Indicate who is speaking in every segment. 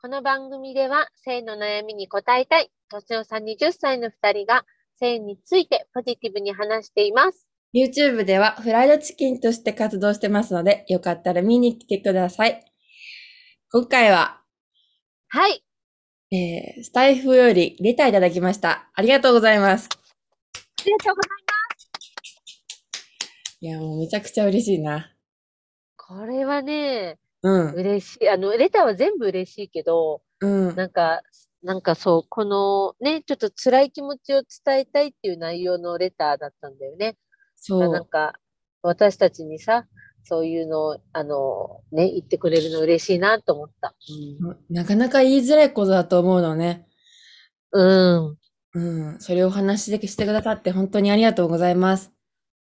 Speaker 1: この番組では性の悩みに答えたい、年の差20歳の2人が性についてポジティブに話しています。
Speaker 2: YouTube ではフライドチキンとして活動してますので、よかったら見に来てください。今回は、
Speaker 1: はい、
Speaker 2: えースタイフよりレターいただきました。ありがとうございます。
Speaker 1: ありがとうござい
Speaker 2: いや、もうめちゃくちゃ嬉しいな。
Speaker 1: ます。これはね、
Speaker 2: うん。
Speaker 1: 嬉しい。あの、レターは全部嬉しいけど、
Speaker 2: うん。
Speaker 1: なんか、なんかそう、このね、ちょっと辛い気持ちを伝えたいっていう内容のレターだったんだよね。
Speaker 2: そ
Speaker 1: なん
Speaker 2: う。
Speaker 1: か、私たちにさ、そういうのを、あの、ね、言ってくれるの嬉しいなと思った。
Speaker 2: なかなか言いづらいことだと思うのね。
Speaker 1: うん。うん。
Speaker 2: うん。それをお話ししてくださって本当にありがとうございます。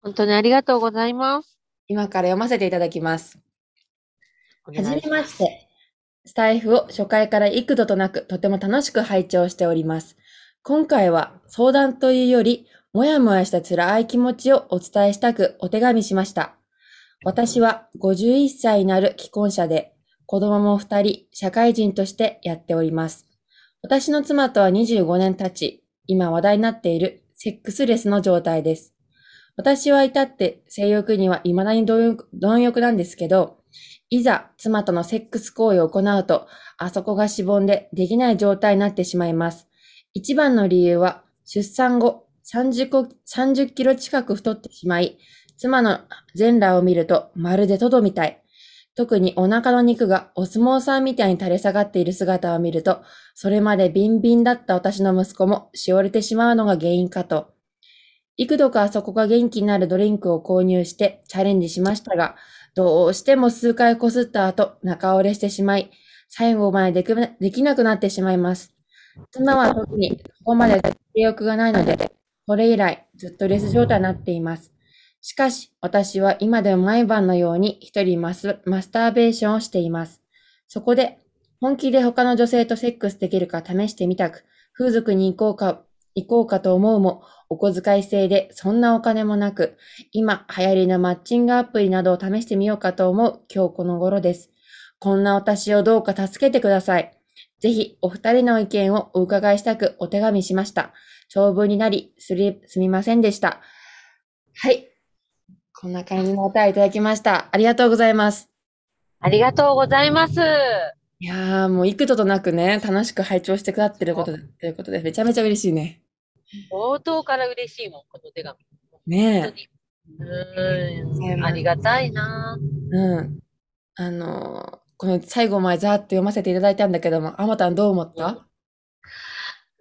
Speaker 1: 本当にありがとうございます。
Speaker 2: 今から読ませていただきます。
Speaker 1: お願
Speaker 2: はい
Speaker 1: し
Speaker 2: じめ
Speaker 1: ま
Speaker 2: まして。スタイフを初回から幾度となくとても楽しく拝聴しております。今回は相談というより、もやもやした辛い気持ちをお伝えしたくお手紙しました。私は51歳になる既婚者で、子供も2人、社会人としてやっております。私の妻とは25年経ち、今話題になっているセックスレスの状態です。私は至って性欲には未だに貪欲貪欲なんですけど、いざ妻とのセックス行為を行うと、あそこがしぼんでできない状態になってしまいます。一番の理由は、出産後30こ30キロ近く太ってしまい、妻の全裸を見るとまるでトドみたい。特にお腹の肉がお相撲さんみたいに垂れ下がっている姿を見ると、それまでビンビンだった私の息子もしおれてしまうのが原因かと。幾度かあそこが元気になるドリンクを購入してチャレンジしましたが、どうしても数回こすった後、中折れしてしまい、最後までできなできなくなってしまいます。妻は特にそこまで性欲がないので、それ以来ずっとレス状態になっています。しかし、私は今でも毎晩のように一人マスマスターベーションをしています。そこで、本気で他の女性とセックスできるか試してみたく、風俗に行こうか、行こうかと思うも、お小遣い制でそんなお金もなく、今流行りのマッチングアプリなどを試してみようかと思う今日この頃です。こんな私をどうか助けてください。ぜひお二人の意見をお伺いしたくお手紙しました。長文になりすりすみませんでした。はい。こんな感じのお便りいただきました。ありがとうございます。
Speaker 1: ありがとうございます。
Speaker 2: いやーもう幾度となくね、楽しく拝聴してくだってることだということで、めちゃめちゃ嬉しいね。
Speaker 1: 冒頭から嬉しいもん、この手紙。
Speaker 2: ねえ。
Speaker 1: 本当に。
Speaker 2: ねえ
Speaker 1: うん。ありがたいな。
Speaker 2: うん。あのーこの最後までざーっと読ませていただいたんだけども、あまたんどう思った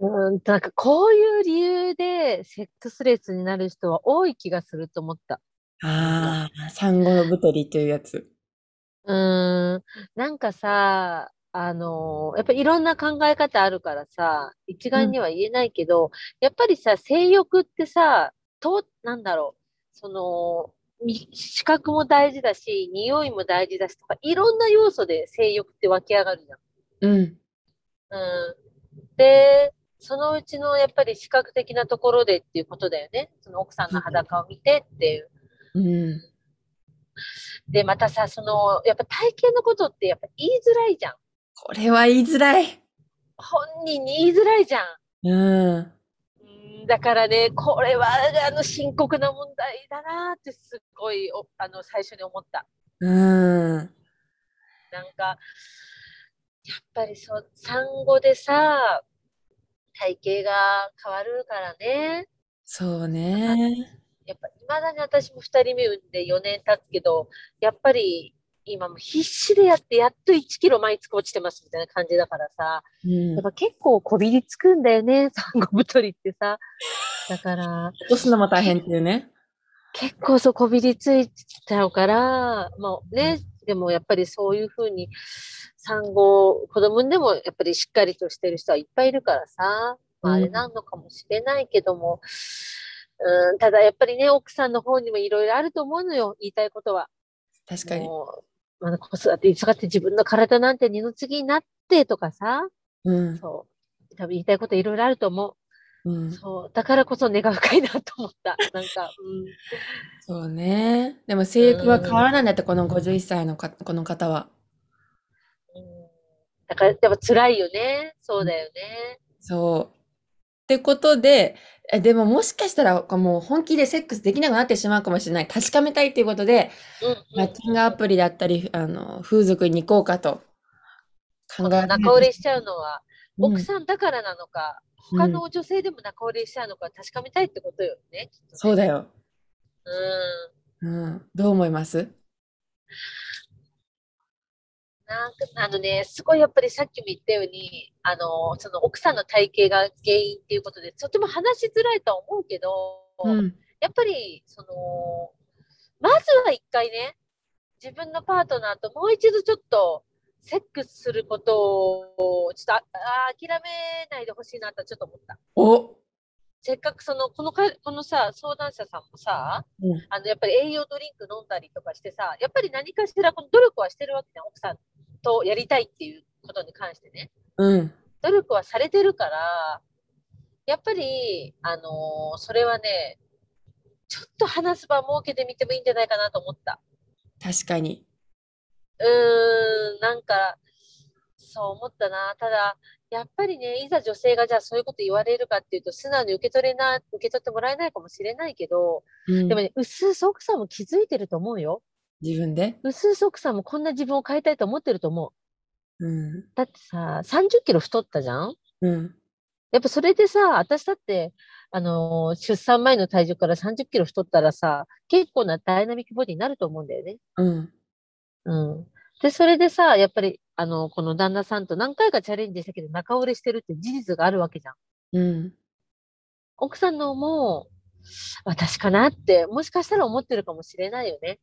Speaker 1: うん、なんかこういう理由でセックスレスになる人は多い気がすると思った。
Speaker 2: あ あ、産後の太りというやつ。
Speaker 1: うーん、なんかさ、あのーやっぱいろんな考え方あるからさ、一概には言えないけど、やっぱりさ、性欲ってさ、と、なんだろう、その、み視覚も大事だし、匂いも大事だしとか、いろんな要素で性欲って湧き上がるじゃん。
Speaker 2: うん。
Speaker 1: うん、で、そのうちのやっぱり視覚的なところでっていうことだよね。その奥さんの裸を見てっていう。
Speaker 2: うん。
Speaker 1: で、またさ、その、やっぱ体型のことってやっぱ言いづらいじゃん。
Speaker 2: これは言いづらい。
Speaker 1: 本人に言いづらいじゃん。
Speaker 2: うん。
Speaker 1: うんだからね、これはあの深刻な問題だなってすっごいおあの最初に思った。
Speaker 2: うん。
Speaker 1: なんか、やっぱりそう産後でさ、体型が変わるからね。
Speaker 2: そう ね。
Speaker 1: やっぱ未だに私も2人目産んで4年経つけど、やっぱり今もう必死でやって、やっと1キロ毎月落ちてますみたいな感じだからさ、
Speaker 2: うん。
Speaker 1: やっ
Speaker 2: 落
Speaker 1: ぱ結構こびりつくんだよね、産後太りってさ。だから、
Speaker 2: とすのも大変っていうね。
Speaker 1: 結構そうこびりついちゃうから、まあね、でもやっぱりそういうふうに産後子供でもやっぱりしっかりとしてる人はいっぱいいるからさ、まあ、
Speaker 2: う
Speaker 1: あ
Speaker 2: ん
Speaker 1: れなのかもしれないけども、うん、ただやっぱりね奥さんの方にもいろいろあると思うのよ言いたいことは。
Speaker 2: 確かに。
Speaker 1: もうまだ子育て忙って自分の体なんて二の次になってとかさ
Speaker 2: うん。
Speaker 1: そう多分言いたいこといろいろあると思
Speaker 2: う。
Speaker 1: うんそうだからこそ根が深いなと思ったなんか、うん、
Speaker 2: そうね。でも性欲は変わらないんだって、この51歳のか、この方は。
Speaker 1: うんだから、やっぱ辛いよね。そうだよね。
Speaker 2: そう。ってことで、えでももしかしたらもう本気でセックスできなくなってしまうかもしれない。確かめたいっていうことで、
Speaker 1: うん、
Speaker 2: マ
Speaker 1: う
Speaker 2: ッチングアプリだったり、あの、風俗に行こうかと考
Speaker 1: ん。
Speaker 2: え
Speaker 1: 中折れしちゃうのは、
Speaker 2: うん
Speaker 1: 奥さんだからなのか、
Speaker 2: うん
Speaker 1: 他の女性でも中折れしちゃうのか確かめたいってことよね。きっとね
Speaker 2: そうだよ。
Speaker 1: うん。
Speaker 2: うん。どう思います
Speaker 1: なんかあのね、すごいやっぱりさっきも言ったように、あの、その奥さんの体型が原因っていうことで、とても話しづらいとは思うけど、
Speaker 2: うん。
Speaker 1: やっぱり、その、まずは一回ね、自分のパートナーともう一度ちょっと、セックスすることを、ちょっとああ諦めないでほしいなとちょっと思った。
Speaker 2: お
Speaker 1: せっかくその、このか、このさ、相談者さんもさ、
Speaker 2: うん
Speaker 1: あの、やっぱり栄養ドリンク飲んだりとかしてさ、やっぱり何かしらこの努力はしてるわけじゃん、奥さんとやりたいっていうことに関してね。
Speaker 2: うん。
Speaker 1: 努力はされてるから、やっぱり、あのーそれはね、ちょっと話す場設けてみてもいいんじゃないかなと思った。
Speaker 2: 確かに。
Speaker 1: うーん、なんか、そう思ったな。ただ、やっぱりね、いざ女性がじゃあそういうこと言われるかっていうと、素直に受け取れな、受け取ってもらえないかもしれないけど、
Speaker 2: うん
Speaker 1: でもね、うすうす奥さんも気づいてると思うよ。
Speaker 2: 自分で
Speaker 1: うすうす奥さんもこんな自分を変えたいと思ってると思
Speaker 2: うん。
Speaker 1: う。だってさ、30キロ太ったじゃん
Speaker 2: うん。
Speaker 1: やっぱそれでさ、私だって、あのー出産前の体重から30キロ太ったらさ、結構なダイナミックボディになると思うんだよね。
Speaker 2: うん。
Speaker 1: うん。で、それでさ、やっぱり、あの、この旦那さんと何回かチャレンジしたけど、仲折れしてるって事実があるわけじゃん。
Speaker 2: うん。
Speaker 1: 奥さんのも、私かなって、もしかしたら思ってるかもしれないよね。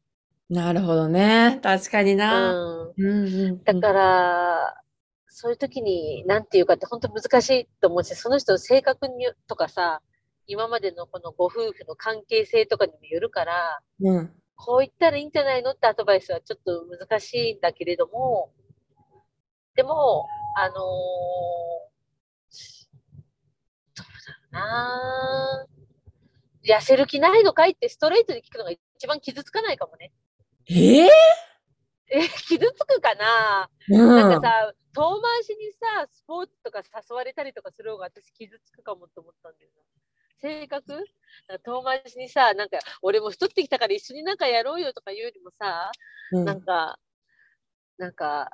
Speaker 2: なるほどね。確かにな。
Speaker 1: うん。
Speaker 2: うん。うん
Speaker 1: だから、そういう時に、なんていうかって本当難しいと思うし、その人の性格によとかさ、今までのこのご夫婦の関係性とかにもよるから、
Speaker 2: うん。
Speaker 1: こう言ったらいいんじゃないのってアドバイスはちょっと難しいんだけれども、でも、あのーどうだろうな痩せる気ないのかいってストレートに聞くのが一番傷つかないかもね。
Speaker 2: ええ
Speaker 1: え、傷つくかな
Speaker 2: う
Speaker 1: なん
Speaker 2: ん
Speaker 1: か。さ、遠回しにさ、スポーツとか誘われたりとかする方が私傷つくかもと思ったんだよな。性格なんか遠回しにさ、なんか俺も太ってきたから一緒になんかやろうよとか言うよりもさ、
Speaker 2: うん
Speaker 1: なんか、なんか、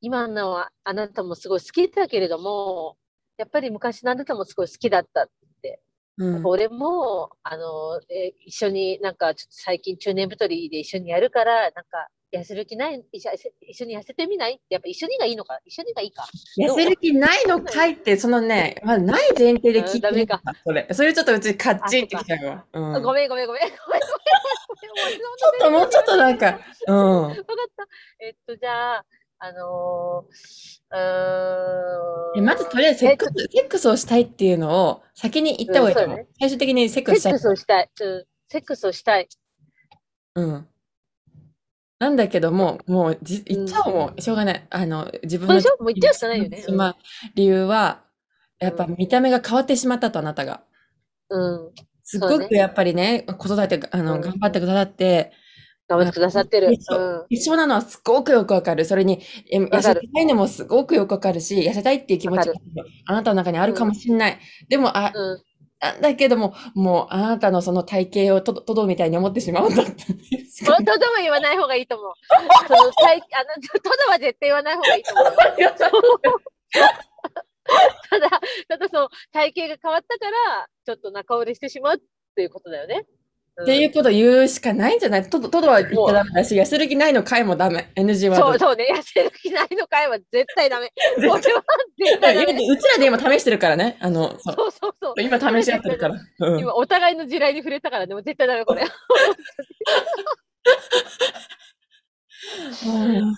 Speaker 1: 今のはあなたもすごい好きだけれども、やっぱり昔のあなたもすごい好きだった。
Speaker 2: うん
Speaker 1: なんか俺も、あの、えー一緒になんかちょっと最近中年太りで一緒にやるから、なんか痩せる気ない一緒一緒に痩せてみないってやっぱ一緒にがいいのか一緒にがいいか。
Speaker 2: 痩せる気ないのかいって、そのね、まあ、ない前提で聞いて
Speaker 1: うん
Speaker 2: る
Speaker 1: ダ
Speaker 2: か、それ。それちょっとうちカッチンってきちゃうわ。うん、
Speaker 1: ごめんごめんごめん。ごめんごめんごめん。
Speaker 2: ちょっともうちょっとなんか、う
Speaker 1: わかった。えっと、じゃあ、あのー、うー
Speaker 2: ん。
Speaker 1: ん。
Speaker 2: まずとりあえずセックス、セックスをしたいっていうのを先に言った方がいいと思う。
Speaker 1: うんそ
Speaker 2: 最終的にセック
Speaker 1: えっ
Speaker 2: スし
Speaker 1: とセ
Speaker 2: た
Speaker 1: ッ
Speaker 2: い
Speaker 1: ク。スをしたい。うんセックスをしたい。
Speaker 2: うん。なんだけども、もうじ言っちゃおう、もう、しょうがない。あの、自分
Speaker 1: これ
Speaker 2: の
Speaker 1: でしょもう言っちゃうしかないよね。
Speaker 2: しまう理由は、やっぱ見た目が変わってしまったと、あなたが。
Speaker 1: うん。
Speaker 2: すっご
Speaker 1: そう
Speaker 2: く
Speaker 1: ね
Speaker 2: やっぱりね、子育て、あの、
Speaker 1: うん
Speaker 2: 頑張ってくださって、
Speaker 1: 頑張ってくださってる。
Speaker 2: う
Speaker 1: うんん。
Speaker 2: 一緒なのはすごくよくわかる。それに、え
Speaker 1: か
Speaker 2: 痩
Speaker 1: る
Speaker 2: せたいのもすごくよくわかるし、痩せたいっていう気持ち
Speaker 1: わ
Speaker 2: が
Speaker 1: か
Speaker 2: あなたの中にあるかもしれない。でも、あ、
Speaker 1: うん。
Speaker 2: なんだけども、もうあなたのその体型をとど、とどみたいに思ってしまうんだって。
Speaker 1: と とでも言わない方がいいと思う。その最あのととでは絶対言わない方がいいと思う。ただ、ただその体型が変わったから、ちょっと仲折れしてしまうっていうことだよね。うん
Speaker 2: っていうことを言うしかないんじゃないとど、とどは言っちゃダメだし、痩せる気ないの回もダメ。NG ワード。
Speaker 1: そうそうね、痩せる気ないの会は絶対ダメ。これは絶対ダ
Speaker 2: う
Speaker 1: メ。
Speaker 2: んうちらで今試してるからね。あの、そう
Speaker 1: そうそうそう。
Speaker 2: 今試し合ってるから。うん
Speaker 1: 今お互いの地雷に触れたからでもう絶対ダメこれ。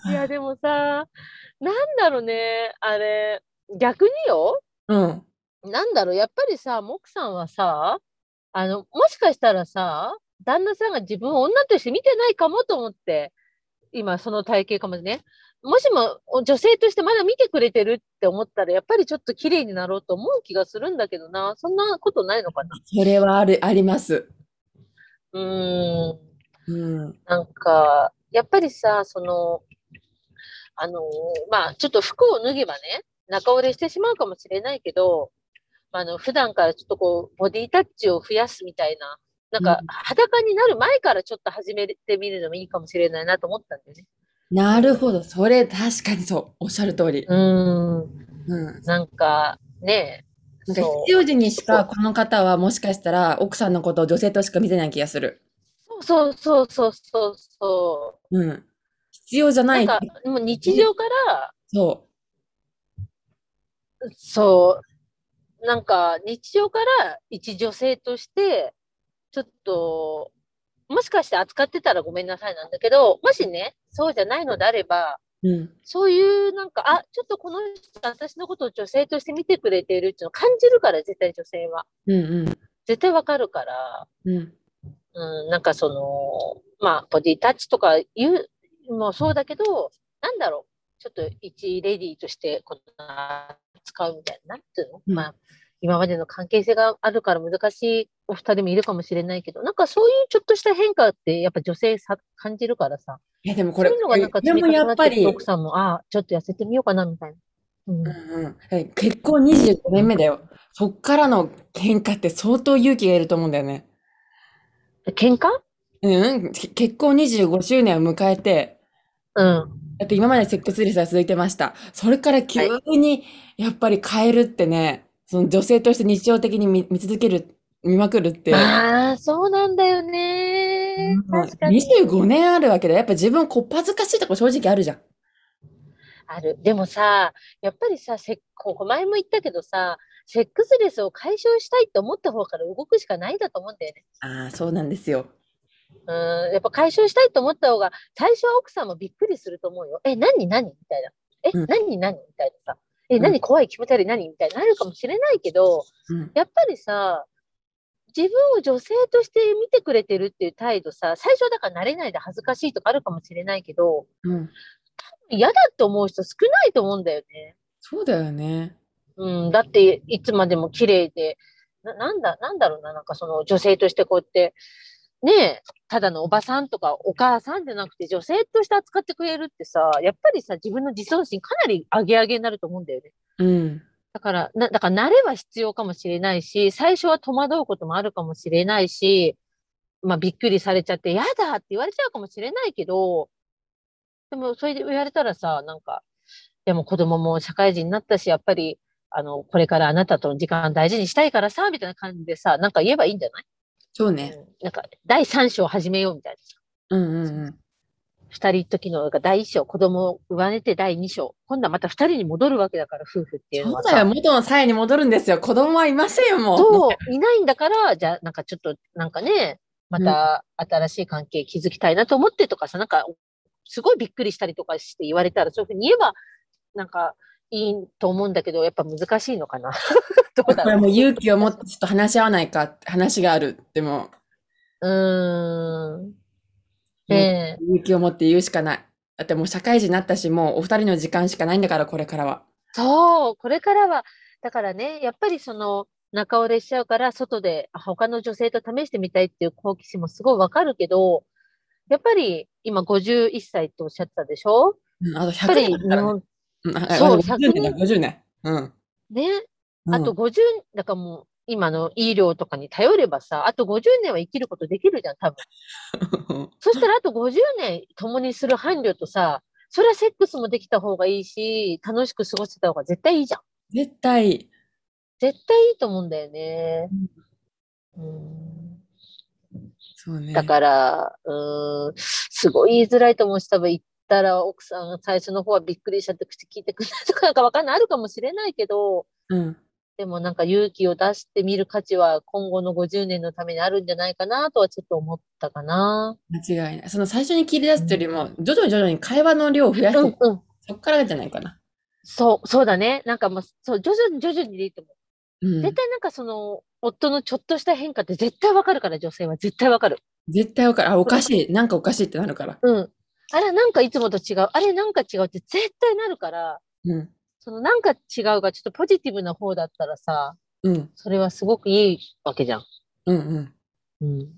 Speaker 1: いやでもさ、なんだろうね、あれ、逆によ、
Speaker 2: うん。
Speaker 1: なんだろう、やっぱりさ、モクさんはさ、あの、もしかしたらさ、旦那さんが自分を女として見てないかもと思って、今その体型かもね。もしもお女性としてまだ見てくれてるって思ったら、やっぱりちょっと綺麗になろうと思う気がするんだけどな。そんなことないのかな。
Speaker 2: それはある、あります。
Speaker 1: うーん。
Speaker 2: うん。
Speaker 1: なんか、やっぱりさ、その、あのーまあ、ちょっと服を脱げばね、中折れしてしまうかもしれないけど、まああの、普段からちょっとこう、ボディタッチを増やすみたいな、なんか
Speaker 2: うん、
Speaker 1: 裸になる前からちょっと始めてみるのもいいかもしれないなと思ったんだよね。
Speaker 2: なるほど。それ確かにそう。おっしゃる通り。
Speaker 1: うん。
Speaker 2: うん。
Speaker 1: なんか、ねえ。
Speaker 2: なんか
Speaker 1: そ
Speaker 2: 必要時にしかこの方はもしかしたら奥さんのことを女性としか見てない気がする。
Speaker 1: うそうそうそうそうそう。
Speaker 2: うん。必要じゃな
Speaker 1: なん
Speaker 2: い。
Speaker 1: か、もう日常から、
Speaker 2: そ
Speaker 1: そう、なんか日常から一女性として、ちょっと、もしかして扱ってたらごめんなさいなんだけど、もしね、そうじゃないのであれば、
Speaker 2: う。うん。
Speaker 1: そういうなんか、あ、ちょっとこの人私のことを女性として見てくれているっていうのを感じるから、絶対女性は。
Speaker 2: うん
Speaker 1: 絶対わかるから、
Speaker 2: うん。うん。
Speaker 1: うん、なんかその、まあ、ボディタッチとかいう、もうそうだけど、なんだろう、ちょっと一レディーとして、こんな、使うみたいな、なんていうの、
Speaker 2: うん
Speaker 1: まあ、今までの関係性があるから難しいお二人もいるかもしれないけど、なんかそういうちょっとした変化って、やっぱ女性さ感じるからさ、
Speaker 2: いやでもこ
Speaker 1: そう
Speaker 2: れ、
Speaker 1: いうのがなんか
Speaker 2: これ
Speaker 1: 積み
Speaker 2: も
Speaker 1: 重
Speaker 2: や
Speaker 1: な
Speaker 2: っ
Speaker 1: って
Speaker 2: ぱ
Speaker 1: いくと
Speaker 2: り、
Speaker 1: 奥さんも、ああ、ちょっと痩せてみようかな、みたいな。うん
Speaker 2: うんうんはい結婚25年目だよ。そっからの喧嘩って相当勇気がいると思うんだよね。
Speaker 1: 喧嘩
Speaker 2: うん、け結婚25周年を迎えて、
Speaker 1: うん。
Speaker 2: だって今までセックスレスは続いてました。それから急にやっぱり変えるってね、その女性として日常的に見見続ける、見まくるって、
Speaker 1: ああ、そうなんだよね。確かに。
Speaker 2: 25年あるわけで、やっぱ自分こっぱずかしいとこ正直あるじゃん。
Speaker 1: ある。でもさ、やっぱりさ、せここ前も言ったけどさ、セックスレスを解消したいって思った方から動くしかないだと思うんだよね。
Speaker 2: ああ、そうなんですよ。
Speaker 1: うん、やっぱ解消したいと思った方が、最初は奥さんもびっくりすると思うよ。え、何何みたいな。え、
Speaker 2: うん
Speaker 1: 何何みたいなさ。
Speaker 2: う
Speaker 1: え、
Speaker 2: ん
Speaker 1: 何怖い気持ち悪い何みたいになるかもしれないけど、
Speaker 2: うん、
Speaker 1: やっぱりさ、自分を女性として見てくれてるっていう態度さ、最初はだから慣れないで恥ずかしいとかあるかもしれないけど、
Speaker 2: うん、
Speaker 1: 嫌だって思う人少ないと思うんだよね。
Speaker 2: そうだよね。
Speaker 1: うん、だっていつまでも綺麗で、ななんだ、なんだろうな、なんかその女性としてこうやって、ねえ、ただのおばさんとかお母さんじゃなくて女性として扱ってくれるってさ、やっぱりさ、自分の自尊心かなり上げ上げになると思うんだよね。
Speaker 2: うん、
Speaker 1: だから、な、だから慣れは必要かもしれないし、最初は戸惑うこともあるかもしれないし、まあびっくりされちゃって、やだって言われちゃうかもしれないけど、でもそれで言われたらさ、なんか、でも子供も社会人になったし、やっぱり、あの、これからあなたとの時間大事にしたいからさ、みたいな感じでさ、なんか言えばいいんじゃない、
Speaker 2: そうね。
Speaker 1: うんなんか、第三章を始めようみたいな。
Speaker 2: うん、うん、うん。
Speaker 1: 二人時の、なんか第一章、子供を生まれて第二章。今度はまた二人に戻るわけだから、夫婦っていうの
Speaker 2: そう
Speaker 1: はさ。
Speaker 2: だよ、元の際に戻るんですよ。子供はいませんよ、もう。
Speaker 1: そう、いないんだから、じゃあ、なんかちょっと、なんかね、また新しい関係築きたいなと思ってとかさ、なんか、すごいびっくりしたりとかして言われたら、そういうふうに言えば、なんか、いいと思うんだけど、やっぱ難しいのかな。 どうだ
Speaker 2: これ
Speaker 1: ろう。
Speaker 2: も勇気を持ってちょっと話し合わないか、話があるっても
Speaker 1: うーん。ねえ
Speaker 2: う、勇気を持って言うしかない。だってもう社会人になったし、もうお二人の時間しかないんだから、これからは。
Speaker 1: そう、これからは、だからね、やっぱりその、仲折れしちゃうから、外であ他の女性と試してみたいっていう好奇心もすごいわかるけど、やっぱり今51歳っておっしゃってたでしょ
Speaker 2: うん、あと
Speaker 1: やっぱ
Speaker 2: 100
Speaker 1: り
Speaker 2: 年
Speaker 1: 日
Speaker 2: だからね
Speaker 1: 本、
Speaker 2: うんあ
Speaker 1: そう
Speaker 2: 50年だ、50年。うん。
Speaker 1: ね、
Speaker 2: うん
Speaker 1: あと、50、だからもう今の医療とかに頼ればさ、あと50年は生きることできるじゃん、多分。そしたらあと50年共にする伴侶とさ、それはセックスもできた方がいいし、楽しく過ごせた方が絶対いいじゃん。
Speaker 2: 絶対、
Speaker 1: 絶対いいと思うんだよね。うん
Speaker 2: そうね。
Speaker 1: だから、うーん、すごい言いづらいと思うし、多分言ったら奥さんが最初の方はびっくりしちゃって口聞いてくれないとかなんかわかんない、あるかもしれないけど、
Speaker 2: うん。
Speaker 1: でもなんか勇気を出してみる価値は今後の50年のためにあるんじゃないかなとはちょっと思ったかな。
Speaker 2: 間違いない。その最初に切り出すというよりも、徐々に徐々に会話の量を増やし
Speaker 1: う
Speaker 2: て
Speaker 1: ん、うん。
Speaker 2: そっからじゃないかな。
Speaker 1: そう、そうだね。なんかもう、そう、徐々に徐々にでいいと思
Speaker 2: う
Speaker 1: う。
Speaker 2: ん。
Speaker 1: 絶対なんかその、夫のちょっとした変化って絶対わかるから、女性は絶対わかる。
Speaker 2: 絶対わかる。あ、おかしい。なんかおかしいってなるから。
Speaker 1: うん。あれ、なんかいつもと違う。あれ、なんか違うって絶対なるから、
Speaker 2: うん。
Speaker 1: そのなんか違うがちょっとポジティブな方だったらさ、
Speaker 2: うん。
Speaker 1: それはすごくいいわけじゃん。
Speaker 2: うんうん。
Speaker 1: うん。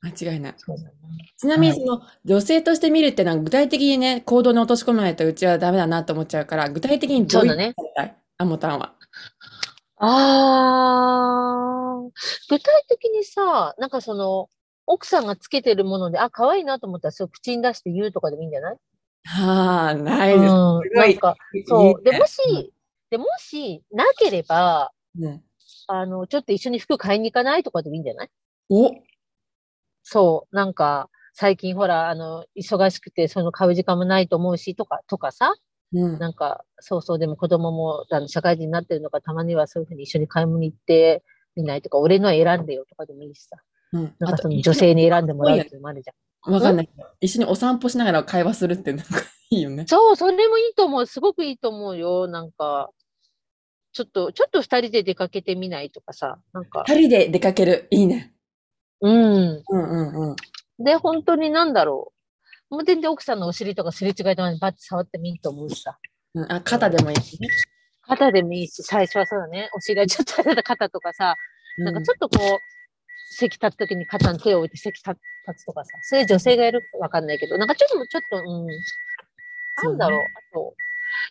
Speaker 2: 間違いない。
Speaker 1: そうだね。
Speaker 2: ちなみに
Speaker 1: はい
Speaker 2: その、女性として見るってのは具体的にね、行動に落とし込まないとうちはダメだなと思っちゃうから、具体的にどういう
Speaker 1: そうだね
Speaker 2: ことやりたいあもたんは。
Speaker 1: あー、具体的にさ、なんかその、奥さんがつけてるもので、あ、可愛いなと思ったら、それ口に出して言うとかでもいいんじゃない
Speaker 2: はあ、な
Speaker 1: う
Speaker 2: い
Speaker 1: ん、
Speaker 2: です。ご
Speaker 1: ないんか、
Speaker 2: いい
Speaker 1: そう。で、
Speaker 2: ね
Speaker 1: も
Speaker 2: うん
Speaker 1: し、で、もし、なければ、
Speaker 2: ね
Speaker 1: あの、ちょっと一緒に服買いに行かないとかでもいいんじゃない
Speaker 2: お、
Speaker 1: そう。なんか、最近ほら、あの、忙しくて、その買う時間もないと思うし、とか、とかさ。
Speaker 2: うん、
Speaker 1: なんか、そうそう、でも子供も、あの、社会人になってるのか、たまにはそういうふうに一緒に買い物行ってみないとか、俺の選んでよとかでもいいしさ。
Speaker 2: うん。
Speaker 1: なん
Speaker 2: あ
Speaker 1: か
Speaker 2: と
Speaker 1: その女性に選んでもらうっていうのもあるじゃん。
Speaker 2: わかんない。一緒にお散歩しながら会話するってなんかいいよね。
Speaker 1: そう、それもいいと思う。すごくいいと思うよ。なんか、ちょっと、ちょっと二人で出かけてみないとかさ。なんか、
Speaker 2: 二人で出かける。いいね。
Speaker 1: うん。
Speaker 2: うんうんうん。
Speaker 1: で、本当になんだろう。もう全然奥さんのお尻とかすれ違いとかにバッて触ってもいいと思うしさ。
Speaker 2: うん、あ、肩でもいいしね。
Speaker 1: 肩でもいいし、最初はそうだね。お尻はちょっとあれだ肩とかさ、なんかちょっとこう、席立つときに肩に手を置いて席立立つとかさ、それ女性がやるかわかんないけど、なんかちょっと、ちょっと、うん、なんだろう、あと、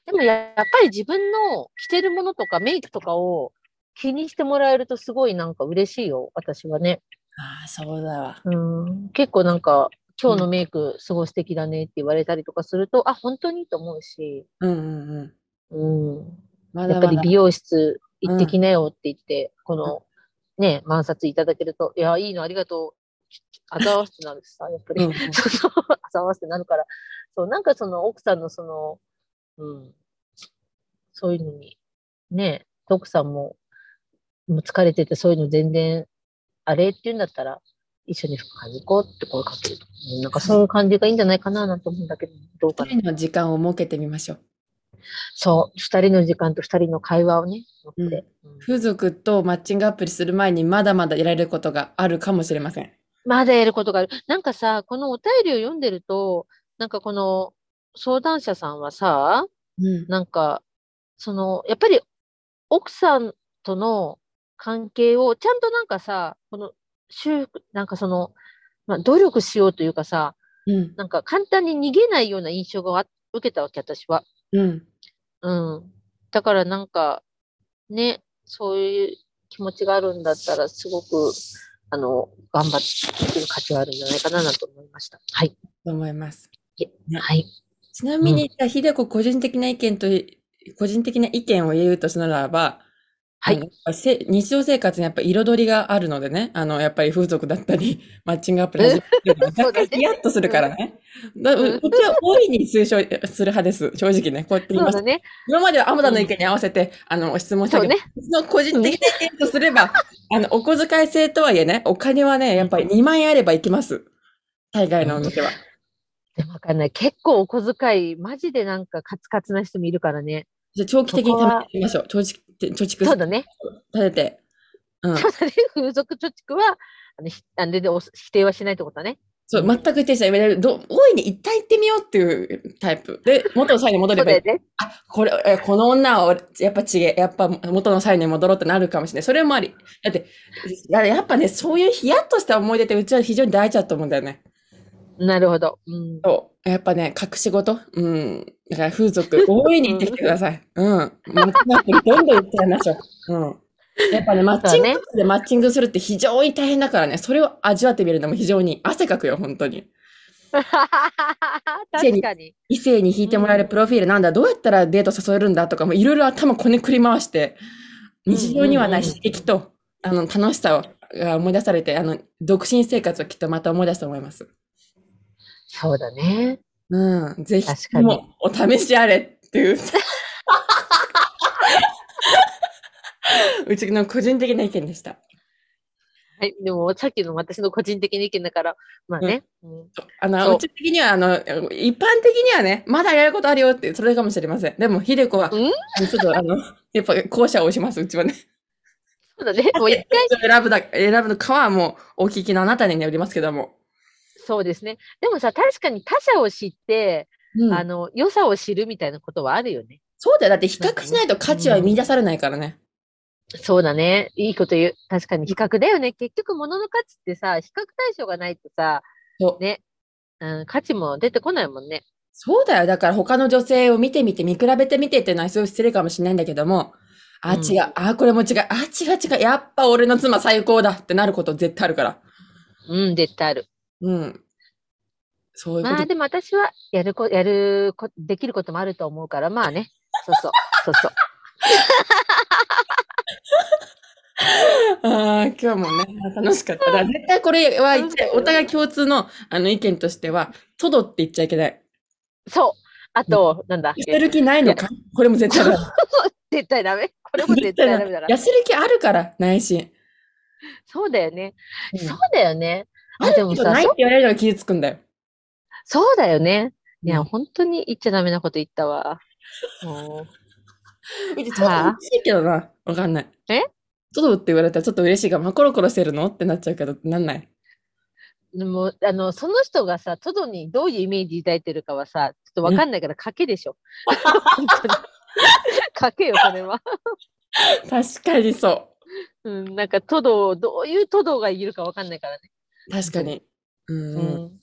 Speaker 1: でもややっぱり自分の着てるものとかメイクとかを気にしてもらえるとすごいなんか嬉しいよ、私はね。
Speaker 2: ああ、そうだわ。
Speaker 1: うん、結構なんか、今日のメイクすごい素敵だねって言われたりとかすると、あ、本当にと思うし、
Speaker 2: うんうんうん。
Speaker 1: うん、
Speaker 2: ま
Speaker 1: や
Speaker 2: だ
Speaker 1: っぱ
Speaker 2: ま
Speaker 1: り
Speaker 2: だ。
Speaker 1: 美容室行ってきなよって言って、この、ね、満札いただけると、いや、いいのありがとう。あざわせてなるし さ、やっぱ
Speaker 2: う
Speaker 1: り。
Speaker 2: んうん
Speaker 1: そうそうあざわせてなるから。そう、なんかその奥さんのその、うん、そういうのに、ね、奥さんも、もう疲れててそういうの全然、あれって言うんだったら、一緒に服買いに行こうって声かけると。なんかそういう感じがいいんじゃないかななんて思うんだけど、どうか
Speaker 2: 二
Speaker 1: な。
Speaker 2: 人の時間を設けてみましょう。
Speaker 1: そう、二人の時間と二人の会話をね、持って。うん
Speaker 2: 風俗とマッチングアプリする前にまだまだやられることがあるかもしれません。
Speaker 1: まだやることがある。なんかさ、このお便りを読んでると、なんかこの相談者さんはさ、
Speaker 2: うん。
Speaker 1: なんか、その、やっぱり奥さんとの関係をちゃんとなんかさ、この修復、なんかその、まあ、努力しようというかさ、
Speaker 2: うん。
Speaker 1: なんか簡単に逃げないような印象があ受けたわけ、私は。
Speaker 2: うん。
Speaker 1: うん。だからなんか、ね、そういう気持ちがあるんだったら、すごく、あの、頑張ってる価値はあるんじゃないかななんて思いました。はい。
Speaker 2: と思います。ね
Speaker 1: はい。
Speaker 2: ちなみに、じゃあ、ひでこ個人的な意見とい、個人的な意見を言うとするならば、
Speaker 1: はい
Speaker 2: あのやっぱせ日常生活にやっぱ彩りがあるのでね、あの、やっぱり風俗だったり、 マッチングアプリ始める と、
Speaker 1: そ
Speaker 2: 若
Speaker 1: うだね
Speaker 2: 干ヒヤッとするからね。だ
Speaker 1: う
Speaker 2: うんこちら大いに推奨する派です。正直ね、こうやって言い
Speaker 1: そう
Speaker 2: まし
Speaker 1: だ
Speaker 2: た。
Speaker 1: ね。
Speaker 2: 今まではアムダの意見に合わせて、あの、質問した
Speaker 1: そう
Speaker 2: けど、
Speaker 1: ね。
Speaker 2: 私の個人的な意見とす れば、あの、お小遣い制とはいえね、お金はね、やっぱり2万円あれば行きます。海外のお店は。
Speaker 1: でもわかんない。結構お小遣い、マジでなんかカツカツな人もいるからね。
Speaker 2: じゃあ、長期的に貯めていきましょう。貯蓄、貯蓄
Speaker 1: そうだね。
Speaker 2: 立てて。うん。
Speaker 1: そうだね。 風俗貯蓄は、あの、ひあのででお否定はしないってことだね。
Speaker 2: そう、全く否定しない。めど大いに一旦行ってみようっていうタイプ。で、元の際に戻
Speaker 1: そ
Speaker 2: れ
Speaker 1: う
Speaker 2: ば
Speaker 1: だ
Speaker 2: いい
Speaker 1: よ。ね。
Speaker 2: あ、これ、えこの女は俺、やっぱ違え。やっぱ元の際に戻ろうってなるかもしれない。それもあり。だって、ややっぱね、そういうヒヤッとした思い出ってうちは非常に大事だと思うんだよね。
Speaker 1: なるほど。うん。
Speaker 2: そう。やっぱね、隠し事。うん。だから風俗、大いに行ってきてください。うん。マッチングアプリどんどん行っちゃいましょう。うん。やっぱね、マッチング アプリでマッチングするって非常に大変だからね、それを味わってみるのも非常に汗かくよ、本当に。
Speaker 1: 確かに。
Speaker 2: 異性に引いてもらえるプロフィールなんだ、どうやったらデート誘えるんだとかもいろいろ頭こねくり回して
Speaker 1: うんうんうん
Speaker 2: 日常にはない刺激と、あの楽しさをが思い出されてあの独身生活をきっとまた思い出すと思います。
Speaker 1: そうだね。
Speaker 2: うん、ぜひ
Speaker 1: 確か
Speaker 2: と
Speaker 1: に
Speaker 2: もお試しあれっ ていううちの個人的な意見でした。
Speaker 1: はい、でもさっきの私の個人的な意見だから、まあね。うん
Speaker 2: あ
Speaker 1: そ
Speaker 2: の
Speaker 1: う
Speaker 2: うち的にはあの一般的にはねまだやることあるよってそれかもしれません。でもひでこは
Speaker 1: うん
Speaker 2: あのちょっとあのやっぱ後者を押しますうちはね。
Speaker 1: そうだ ね。もう一回、
Speaker 2: 選ぶだ選ぶのかはもうお聞きのあなたによりますけども。
Speaker 1: そうですね。でもさ、確かに他者を知って、
Speaker 2: うん
Speaker 1: あの、良さを知るみたいなことはあるよね。
Speaker 2: そうだよ。だって比較しないと価値は見出されないからね。
Speaker 1: そうだね。いいこと言う。確かに比較だよね。結局物の価値ってさ、比較対象がないとさ、
Speaker 2: そう
Speaker 1: ね、うん、価値も出てこないもんね。
Speaker 2: そうだよ。だから他の女性を見てみて、見比べてみてっていうのはすごい失礼かもしれないんだけども、あ、
Speaker 1: うん
Speaker 2: 違う。あ、これも違う。あ、違う違う。やっぱ俺の妻最高だってなること絶対あるから。
Speaker 1: うん、絶対ある。
Speaker 2: うん。そういうこ
Speaker 1: ま
Speaker 2: と
Speaker 1: あ。でも私はやるこ、やるこ、できることもあると思うから、まあね。そうそう。そうそう。
Speaker 2: ああ、今日もね、楽しかった。だから絶対これは言っちゃいお互い共通のあの意見としては、トドって言っちゃいけない。
Speaker 1: そう。あと、なんだ。
Speaker 2: 痩せる気ないのかこれも絶対ダメ。
Speaker 1: 絶対ダメ。これも絶対ダメだな
Speaker 2: 痩。せる気あるから、内心。
Speaker 1: そうだよね。
Speaker 2: うん
Speaker 1: そうだよね。
Speaker 2: あ
Speaker 1: あ、
Speaker 2: で
Speaker 1: で
Speaker 2: も
Speaker 1: も
Speaker 2: さ、
Speaker 1: さ
Speaker 2: ないって言われるのが傷つくんだよ。
Speaker 1: そうだよね。いや、
Speaker 2: うん
Speaker 1: 本当に言っちゃダメなこと言ったわ。もう
Speaker 2: うち、ちょっと嬉しいけどな。わかんない。
Speaker 1: え
Speaker 2: トドって言われたらちょっと嬉しいが、まあ、コロコロしてるのってなっちゃうけど、なんない。
Speaker 1: でもあのその人がさ、トドにどういうイメージ抱いてるかはさ、ちょっとわかんないから賭けでしょ。 本当に賭けよ、これは。
Speaker 2: 確かにそ
Speaker 1: うん、なんかトドを、どういうトドがいるかわかんないからね。
Speaker 2: う。確かに。うん。
Speaker 1: うん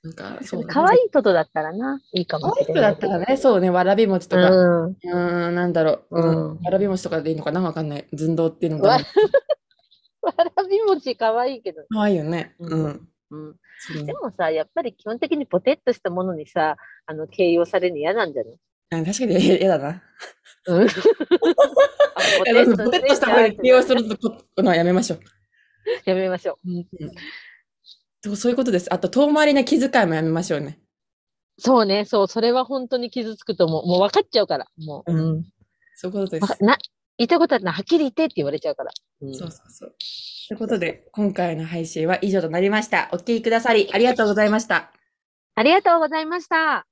Speaker 2: なんか、そう。
Speaker 1: 可愛いトドだったらな、いいか
Speaker 2: 可
Speaker 1: も
Speaker 2: 愛い
Speaker 1: しれ
Speaker 2: 人
Speaker 1: な
Speaker 2: だ
Speaker 1: い
Speaker 2: っ
Speaker 1: け
Speaker 2: た
Speaker 1: ど。
Speaker 2: らね、そうね、わらび餅とか。
Speaker 1: うん。
Speaker 2: うーん、なんだろう。う
Speaker 1: う
Speaker 2: ん。
Speaker 1: ん
Speaker 2: わらび餅とかでいいのかなわかんない。寸胴っていうの
Speaker 1: わ
Speaker 2: が。
Speaker 1: わらび餅可愛いけど。
Speaker 2: 可愛いよね。う
Speaker 1: うん
Speaker 2: ん。
Speaker 1: うん、
Speaker 2: そう
Speaker 1: で
Speaker 2: ね
Speaker 1: もさ、やっぱり基本的にポテッとしたものにさ、あの形容されるの嫌なんじゃない
Speaker 2: あ確かに 嫌嫌だな。
Speaker 1: うんあポ
Speaker 2: いやそうそうポテッとした方に利用するのはやめましょう
Speaker 1: やめましょう。
Speaker 2: そう。そういうことです。あと、遠回りな気遣いもやめましょうね。
Speaker 1: そうね、そう、それは本当に傷つくと思う。もう分かっちゃうから、もう。
Speaker 2: う
Speaker 1: うん、
Speaker 2: そういうことで
Speaker 1: わ
Speaker 2: す
Speaker 1: か。な言いたいことあったら、はっきり言ってって言われちゃうから。うん
Speaker 2: そうそうそう。ということで、今回の配信は以上となりました。お聞きくださりありがとうございました。
Speaker 1: ありがとうございました。